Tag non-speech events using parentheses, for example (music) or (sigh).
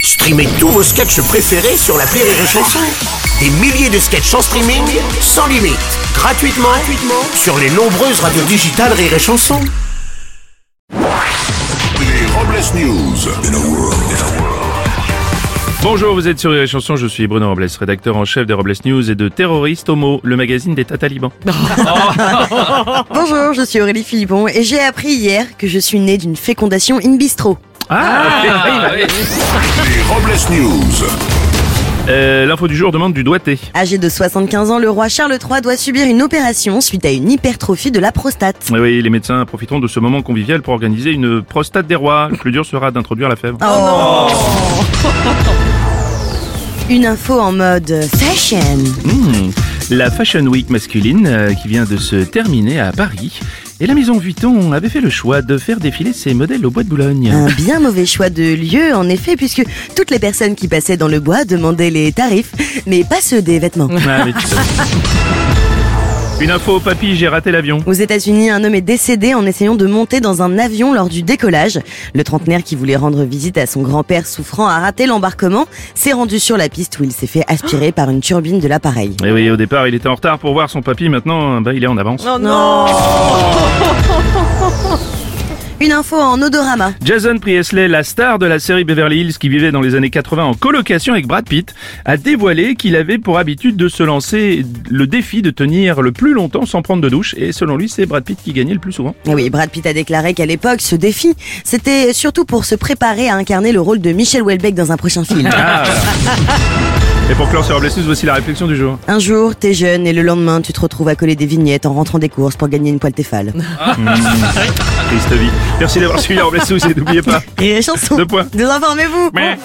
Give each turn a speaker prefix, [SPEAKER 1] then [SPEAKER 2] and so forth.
[SPEAKER 1] Streamez tous vos sketchs préférés sur la Rire et Chanson. Des milliers de sketchs en streaming, sans limite, gratuitement, gratuitement sur les nombreuses radios digitales Rire et Chanson.
[SPEAKER 2] Les Robles News. In a world.
[SPEAKER 3] Bonjour, vous êtes sur Les Chansons, je suis Bruno Robles, rédacteur en chef des Robles News et de Terroriste Homo, le magazine d'État taliban.
[SPEAKER 4] Bonjour, je suis Aurélie Philippon et j'ai appris hier que je suis née d'une fécondation in bistro.
[SPEAKER 3] Ah,
[SPEAKER 2] Les Robles News.
[SPEAKER 3] Euh, L'info du jour demande du doigté.
[SPEAKER 4] Âgé de 75 ans, le roi Charles III doit subir une opération suite à une hypertrophie de la prostate.
[SPEAKER 3] Oui, oui, les médecins profiteront de ce moment convivial pour organiser une prostate des rois. Le plus dur sera d'introduire la fève.
[SPEAKER 4] Une info en mode fashion.
[SPEAKER 3] Hmm. La Fashion Week masculine euh, qui vient de se terminer à Paris et la maison Vuitton avait fait le choix de faire défiler ses modèles au bois de Boulogne.
[SPEAKER 4] Un bien mauvais choix de lieu en effet puisque toutes les personnes qui passaient dans le bois demandaient les tarifs, mais pas ceux des vêtements.
[SPEAKER 3] Ah, mais tu sais. Une info, papy, j'ai raté l'avion.
[SPEAKER 4] Aux États-Unis, un homme est décédé en essayant de monter dans un avion lors du décollage. Le trentenaire qui voulait rendre visite à son grand-père souffrant a raté l'embarquement, s'est rendu sur la piste où il s'est fait aspirer par une turbine de l'appareil.
[SPEAKER 3] Eh oui, au départ, il était en retard pour voir son papy. Maintenant, bah, il est en avance.
[SPEAKER 4] (laughs) Une info en odorama.
[SPEAKER 3] Jason Priestley, la star de la série Beverly Hills qui vivait dans les années 80 en colocation avec Brad Pitt, a dévoilé qu'il avait pour habitude de se lancer le défi de tenir le plus longtemps sans prendre de douche. Et selon lui, c'est Brad Pitt qui gagnait le plus souvent.
[SPEAKER 4] Ah oui, Brad Pitt a déclaré qu'à l'époque, ce défi, c'était surtout pour se préparer à incarner le rôle de Michel Houellebecq dans un prochain
[SPEAKER 3] (laughs)
[SPEAKER 4] film.
[SPEAKER 3] Ah, Et pour clore sur Robles News, voici la réflexion du jour.
[SPEAKER 4] Un jour, t'es jeune et le lendemain, tu te retrouves à coller des vignettes en rentrant des courses pour gagner une poêle téfale.
[SPEAKER 3] Triste vie. Merci d'avoir suivi la Robles News et n'oubliez pas.
[SPEAKER 4] Et chanson.
[SPEAKER 3] Deux points.
[SPEAKER 4] Désinformez-vous.
[SPEAKER 3] Mais...